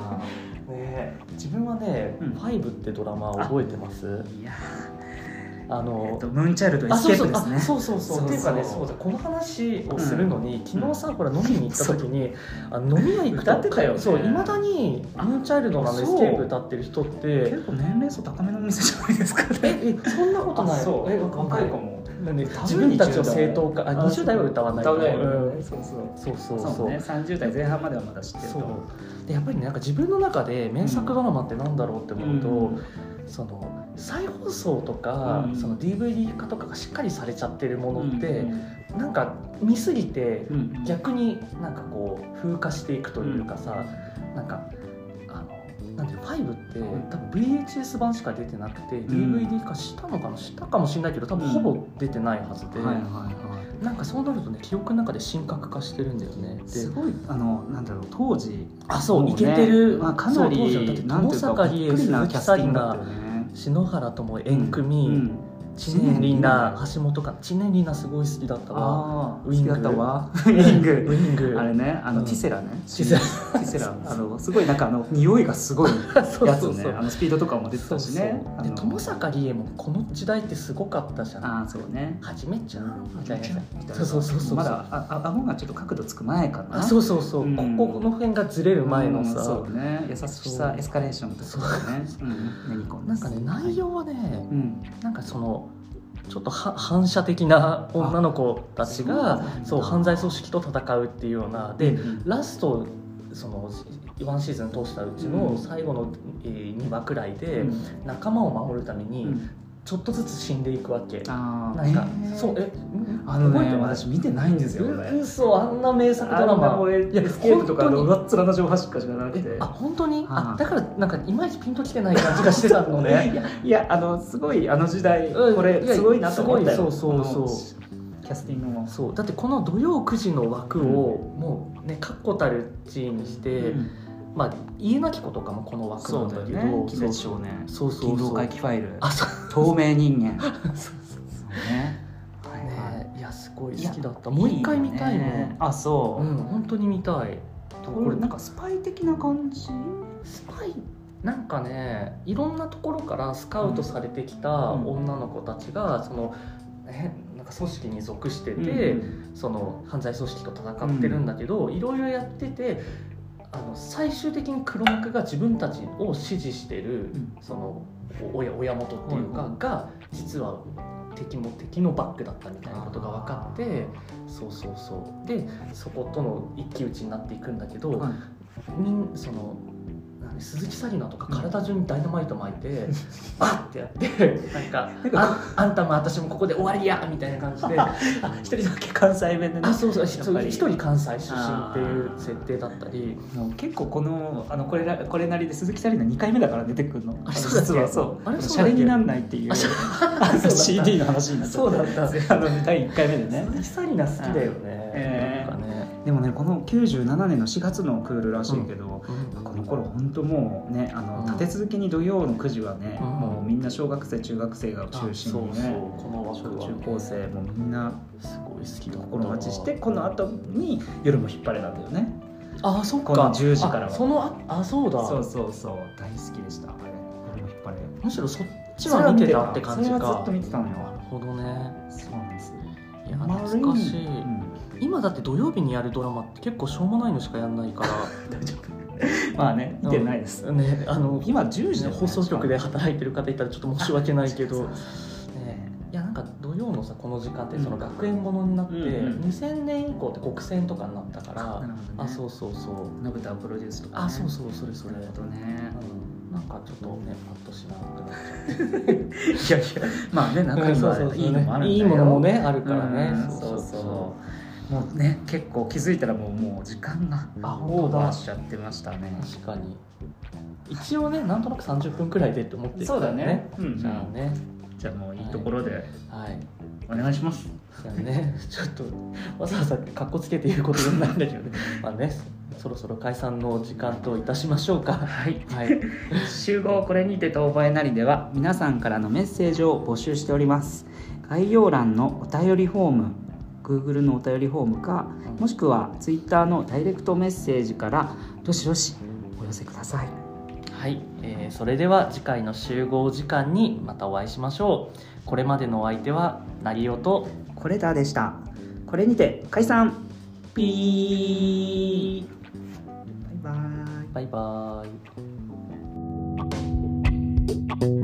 Speaker 1: うんね自分はね「
Speaker 2: うん
Speaker 1: ファイブってドラマ覚えてます
Speaker 2: いや
Speaker 1: あ
Speaker 2: ーえっ
Speaker 1: の
Speaker 2: とムーンチャイルドエ
Speaker 1: あ
Speaker 2: ス
Speaker 1: そ
Speaker 2: ケ
Speaker 1: うそう
Speaker 2: ープですね
Speaker 1: あそうそうそう
Speaker 2: そうそう
Speaker 1: っていうかねそうだこの話をするのに、昨日さほら飲みに行った時に、あの飲み屋行くと
Speaker 2: 歌ってたよね
Speaker 1: そういまだに「ムーンチャイルド」のあのエスケープ歌ってる人って
Speaker 2: 結構年齢層高めのお店じゃないですかね
Speaker 1: ええそんなことない
Speaker 2: そう
Speaker 1: え
Speaker 2: 若い子も
Speaker 1: なんで自分たちの正当化あ
Speaker 2: あ
Speaker 1: 20代は歌わないけど
Speaker 2: 歌わないよ
Speaker 1: う
Speaker 2: ね
Speaker 1: ん
Speaker 2: そうそう
Speaker 1: そうそう
Speaker 2: そう
Speaker 1: そう
Speaker 2: ね30代前半まではまだ知ってると
Speaker 1: そうでやっぱりねなんか自分の中で名作ドラマってなんだろうって思うと、その再放送とか、
Speaker 2: うん
Speaker 1: その DVD 化とかがしっかりされちゃってるものって、
Speaker 2: うん
Speaker 1: なんか見すぎて
Speaker 2: うん
Speaker 1: 逆になんかこう風化していくというかさ、なんかあのなんていうの5って
Speaker 2: ん
Speaker 1: 多分 VHS 版しか出てなくて、
Speaker 2: ん
Speaker 1: DVD 化したのかなしたかもしれないけど多分ほぼ出てないはずで、
Speaker 2: はいはいはい
Speaker 1: なんかそうなるとね記憶の中で神格化してるんだよね。です
Speaker 2: ごいあのなんだろう当時
Speaker 1: あそう
Speaker 2: も
Speaker 1: イケてる、
Speaker 2: まあ、かなり
Speaker 1: そう当時のだって
Speaker 2: なんて
Speaker 1: 友
Speaker 2: い
Speaker 1: 坂理
Speaker 2: うかびっ
Speaker 1: 恵
Speaker 2: くりな
Speaker 1: 鈴木紗
Speaker 2: キャス
Speaker 1: 理
Speaker 2: ティングだっ
Speaker 1: 奈
Speaker 2: たよね
Speaker 1: 篠原智恵縁組、
Speaker 2: うん
Speaker 1: 知念里奈橋本環奈知念里奈すごい好きだったわ
Speaker 2: ああ
Speaker 1: ウィング
Speaker 2: 好きだったわウィング
Speaker 1: ウイング
Speaker 2: あれねあの、
Speaker 1: うん
Speaker 2: ティセラね
Speaker 1: ティセラ
Speaker 2: ティセラあのすごいなんかあの匂いがすごいや
Speaker 1: そう
Speaker 2: つねあのスピードとかも出て
Speaker 1: そ
Speaker 2: た
Speaker 1: う
Speaker 2: し
Speaker 1: そう
Speaker 2: ねあ
Speaker 1: で
Speaker 2: の
Speaker 1: 友坂理恵もこの時代ってすごかったじゃん
Speaker 2: ああそうね
Speaker 1: はじめちゃんみたいなやつ
Speaker 2: そう
Speaker 1: そうそうそうそう
Speaker 2: まだああ顎がちょっと角度つく前かな
Speaker 1: あそうそうそう、
Speaker 2: うん
Speaker 1: ここの辺がずれる前の
Speaker 2: うん
Speaker 1: さ
Speaker 2: そ、うね優し
Speaker 1: そ
Speaker 2: さ
Speaker 1: う
Speaker 2: エスカレーションとかねうん何こ
Speaker 1: なんかね内容はね、
Speaker 2: うん
Speaker 1: なんかそのちょっとは反射的な女の子たち
Speaker 2: あそう
Speaker 1: が
Speaker 2: なんだ
Speaker 1: そう犯罪組織と戦うっていうようなで、
Speaker 2: うん
Speaker 1: ラストその1シーズン通したうち
Speaker 2: う
Speaker 1: の
Speaker 2: ん
Speaker 1: 最後の、えー2話くらいで、
Speaker 2: うん
Speaker 1: 仲間を守るため
Speaker 2: う
Speaker 1: に
Speaker 2: ん
Speaker 1: ちょっとずつ死んでいくわけ、
Speaker 2: あー
Speaker 1: なんか、
Speaker 2: えー
Speaker 1: そうえ
Speaker 2: あの
Speaker 1: 覚え
Speaker 2: ね
Speaker 1: てます
Speaker 2: 私見てないんですよこれ
Speaker 1: う嘘あんな名作ドラマ
Speaker 2: 俺
Speaker 1: いや
Speaker 2: エスケープとかの
Speaker 1: 本
Speaker 2: 上っ面な情報しか知らな
Speaker 1: 当
Speaker 2: く
Speaker 1: に
Speaker 2: て
Speaker 1: えあ本当にあ
Speaker 2: はい
Speaker 1: だからなんかいまいちピンときてない感じがしてたのね
Speaker 2: いやあのすごいあの時代
Speaker 1: うん
Speaker 2: これ
Speaker 1: いや
Speaker 2: すごいなと思ったよ
Speaker 1: すごいそうそうそ
Speaker 2: そうキャスティングも
Speaker 1: そうだってこの土曜9時の枠をもうね確固たる地位にして、まあ家なき子とかもこの枠なんだけど
Speaker 2: 金田一少年
Speaker 1: そうそうそう
Speaker 2: 勤労回帰ファイル
Speaker 1: あそう
Speaker 2: 透明人間
Speaker 1: そう
Speaker 2: そうねはいはい
Speaker 1: ねいやすごい
Speaker 2: い
Speaker 1: 好
Speaker 2: や
Speaker 1: きだったもう一回見たい
Speaker 2: よ
Speaker 1: ね
Speaker 2: あ
Speaker 1: う
Speaker 2: そ
Speaker 1: ん本当に見たいうこ
Speaker 2: こ
Speaker 1: れ
Speaker 2: れなんかスパイ的な感じ
Speaker 1: スパイなんかねいろんなところからスカウトされてきた
Speaker 2: うん
Speaker 1: 女の子たちがそのえなんか組織に属してて、
Speaker 2: うん
Speaker 1: その犯罪組織と戦ってるんだけど、いろいろやっててあの最終的に黒幕が自分たちを支持してる、
Speaker 2: うん
Speaker 1: そのお親親元っていうか、
Speaker 2: はいは
Speaker 1: が実は敵も敵のバックだったみたいなことが分かってそうそうそうでそことの一騎打ちになっていくんだけど、
Speaker 2: はい
Speaker 1: みんそのなんで鈴木紗理奈とか体中にダイナマイト巻いて、バッてやってなんかあ「あんたも私もここで終わりや!」みたいな感じで
Speaker 2: あ 一人だけ関西弁でね
Speaker 1: あそうそうひ
Speaker 2: やっぱり
Speaker 1: 一人関西出身っていう設定だったり
Speaker 2: もう結構このあのこれらこれなりで鈴木紗理奈2回目だから出てくるの
Speaker 1: あそうだっけ
Speaker 2: 実はそう
Speaker 1: あれそう
Speaker 2: シ
Speaker 1: だっ
Speaker 2: ャ
Speaker 1: け
Speaker 2: レになんないっていう
Speaker 1: あそう
Speaker 2: あの CD の話になっちゃ
Speaker 1: そうだった
Speaker 2: って あの第1回目でね
Speaker 1: 鈴木紗理奈好きだよね、
Speaker 2: えー
Speaker 1: なんかね、
Speaker 2: でもねこの97年の4月のクールらしいけど、この頃本当もうねあ
Speaker 1: う
Speaker 2: の
Speaker 1: ん
Speaker 2: 立て続けに土曜の9時はね、
Speaker 1: うん
Speaker 2: もうみんな小学生中学生が
Speaker 1: あ
Speaker 2: 中心にね
Speaker 1: そうそうこの枠は
Speaker 2: 小
Speaker 1: ね
Speaker 2: 中高生もみんな
Speaker 1: すごい好きだった
Speaker 2: 心待ちしてこの後に夜も引っ張れなんだよね
Speaker 1: あそっか
Speaker 2: この10時からは
Speaker 1: あそのああそうだ
Speaker 2: そうそうそう大好きでしたあれ夜も引っ張れ
Speaker 1: むしろそっちは見てたって感じか
Speaker 2: それはずっと見てたのよ
Speaker 1: なるほどね
Speaker 2: そうなんですよ
Speaker 1: いや懐かしい、
Speaker 2: うん
Speaker 1: 今だって土曜日にやるドラマって結構しょうもないのしかやんないか
Speaker 2: 大丈夫まあね 見てないです、
Speaker 1: らねあの
Speaker 2: 今10時
Speaker 1: ね
Speaker 2: の
Speaker 1: 放送局で働いてる方いたらちょっと申し訳ないけど、
Speaker 2: ね
Speaker 1: ね、いやなんか土曜のさこの時間ってその学園ものになって、
Speaker 2: うんうん
Speaker 1: 2000年以降って国選とかになったから、
Speaker 2: なるほどね
Speaker 1: あそうそうそう
Speaker 2: のぶたをプロデュースとか、ね、
Speaker 1: あそうそうそれそ
Speaker 2: そ
Speaker 1: れ、
Speaker 2: れ
Speaker 1: う
Speaker 2: だと
Speaker 1: ん、
Speaker 2: ね
Speaker 1: なんかちょっとねパッとしなくなっちゃう
Speaker 2: いやいやまあね中 に
Speaker 1: そう
Speaker 2: は
Speaker 1: そうそう
Speaker 2: いいのもあるんだよ
Speaker 1: いいものもねあるからね
Speaker 2: うんそうそうもうね結構気づいたらもうもう時間が
Speaker 1: あ
Speaker 2: オ
Speaker 1: 本
Speaker 2: ー
Speaker 1: 当
Speaker 2: バ
Speaker 1: だ
Speaker 2: ーしちゃってましたね
Speaker 1: 確かに一応ねなんとなく30分くらいでって思ってるから
Speaker 2: うん
Speaker 1: じゃあね
Speaker 2: じゃあもういいところで
Speaker 1: はい
Speaker 2: お願いします、
Speaker 1: じゃあね ちょっとわざわざかっこつけて言うことになるんだけ どねまあねそろそろ解散の時間といたしましょうか
Speaker 2: はい
Speaker 1: はい
Speaker 2: 集合これにて遠吠えなりでは皆さんからのメッセージを募集しております概要欄のお便りフォーム Google のお便りフォームかもしくは Twitter のダイレクトメッセージからどしどしお寄せください
Speaker 1: はい、えーそれでは次回の集合時間にまたお会いしましょうこれまでのお相手はなりおと
Speaker 2: これだでしたこれにて解散ピーバイ
Speaker 1: バ
Speaker 2: バイ
Speaker 1: イバーイ
Speaker 2: 「